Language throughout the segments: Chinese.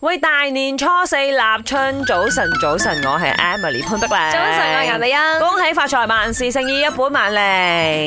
喂，大年初四立春，早晨早晨，我係 Emily 潘碧玲。早晨，啊我係顏美欣。恭喜發財，萬事勝意，一本萬利。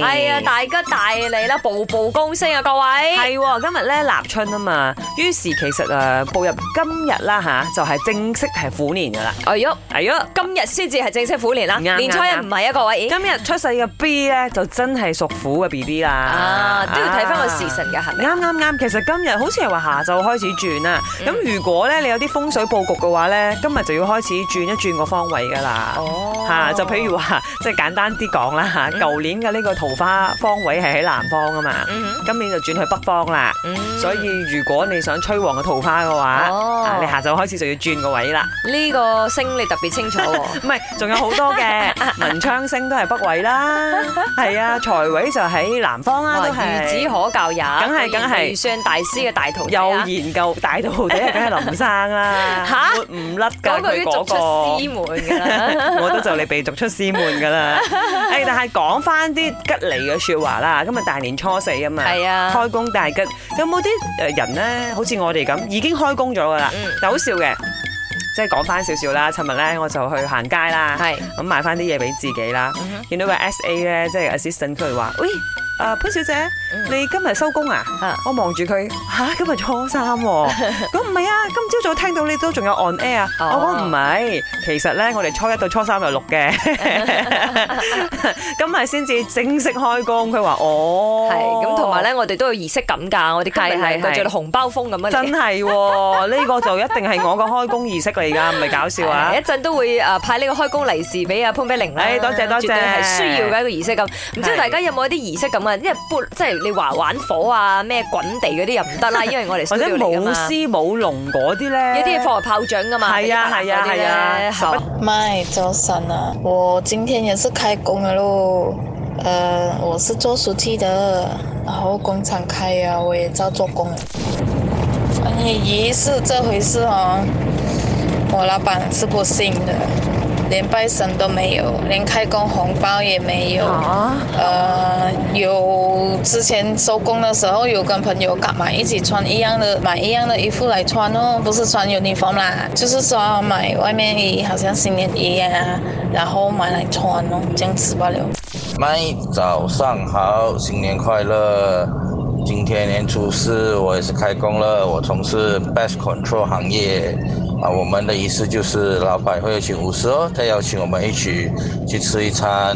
係啊，大吉大利啦，步步高升啊，各位。係喎，今日咧立春啊嘛，於是其實誒步入今日啦吓，就係正式係虎年噶啦。哎喲，係啊，今日先至係正式虎年啦，啱年初一啱唔係啊，各位。今日出世嘅 B 咧就真係屬虎嘅 B B 啦。啊，都要睇翻個時辰嘅，係咪？啱啱啱，其實今日好似係話下晝開始轉啦。嗯咁如果咧你有啲風水佈局嘅話咧，今日就要開始轉一轉個方位噶啦。哦吓，啊就譬如話，即係簡單啲講 啦吓，舊年嘅呢個桃花方位係喺南方啊嘛，嗯今年就轉去北方啦。嗯所以如果你想催旺個桃花嘅話，哦啊你下晝開始就要轉個位啦。呢個星你特別清 楚喎。唔係，仲有好多 嘅文昌星都係北位啦，係啊，財位就喺南方啦，啊哇，都孺係哦子。可教也，梗係梗係遇上大師嘅大徒弟有啊，研究大到底係梗係林生啦， 嚇抹唔甩嗰㗎個佢要嗰逐出師個。門 㗎啦。我都就你被逐出師門㗎啦， 誒！但係講翻啲吉利嘅説話啦，今日大年初四啊嘛，係啊開工大吉，有冇啲誒人咧，好似我哋咁已經開工咗㗎啦嗯，但好笑嘅，即係講翻少少啦。尋日咧我就去行街啦，係咁買翻啲嘢俾自己啦。嗯哼見到個 S A 咧，即係 assistant 佢話：，喂，啊潘小姐，你今日收工啊啊？我望住佢，吓今日初三喎。咁唔係啊，今朝早聽到你都仲有 on air à." "Ờ, 啊？哦我話唔係，其實咧我哋初一到初三就錄 嘅，今日先至正式開工。佢話哦，係咁，同埋。咧，我哋都有儀式感㗎。我哋今日係係係係着到紅包風咁啊樣嚟真係喎，呢個就一定係我個開工儀式嚟㗎，唔係搞笑啊係！一陣都會誒派呢個開工利是俾阿潘碧玲啦。誒哎多謝多謝絕對係需要嘅一個儀式感。唔知係大家有冇一啲儀式感啊？因為撥即係你話玩火啊、咩滾地嗰啲又唔得啦，因為我 哋或者 studio 嚟㗎舞嘛。獅舞龍嗰啲咧，有啲嘢放入炮仗噶嘛，係啊係啊係啊嗰啲呢麦早晨啊，我今天也是开工了喽。呃，我是做书记的，然后工厂开呀、我也照做工。关于仪式这回事哦，我老板是不信的，连拜神都没有，连开工红包也没有。啊呃，有之前收工的时候有跟朋友干嘛一起穿一样的，买一样的衣服来穿哦，不是穿 uniform 啦，就是说买外面衣，好像新年衣啊，然后买来穿哦，这样子罢了。麦，早上好，新年快乐！今天年初四，我也是开工了。我从事 best control 行业，啊，我们的仪式就是老板会邀请舞狮哦，他邀请我们一起去吃一餐。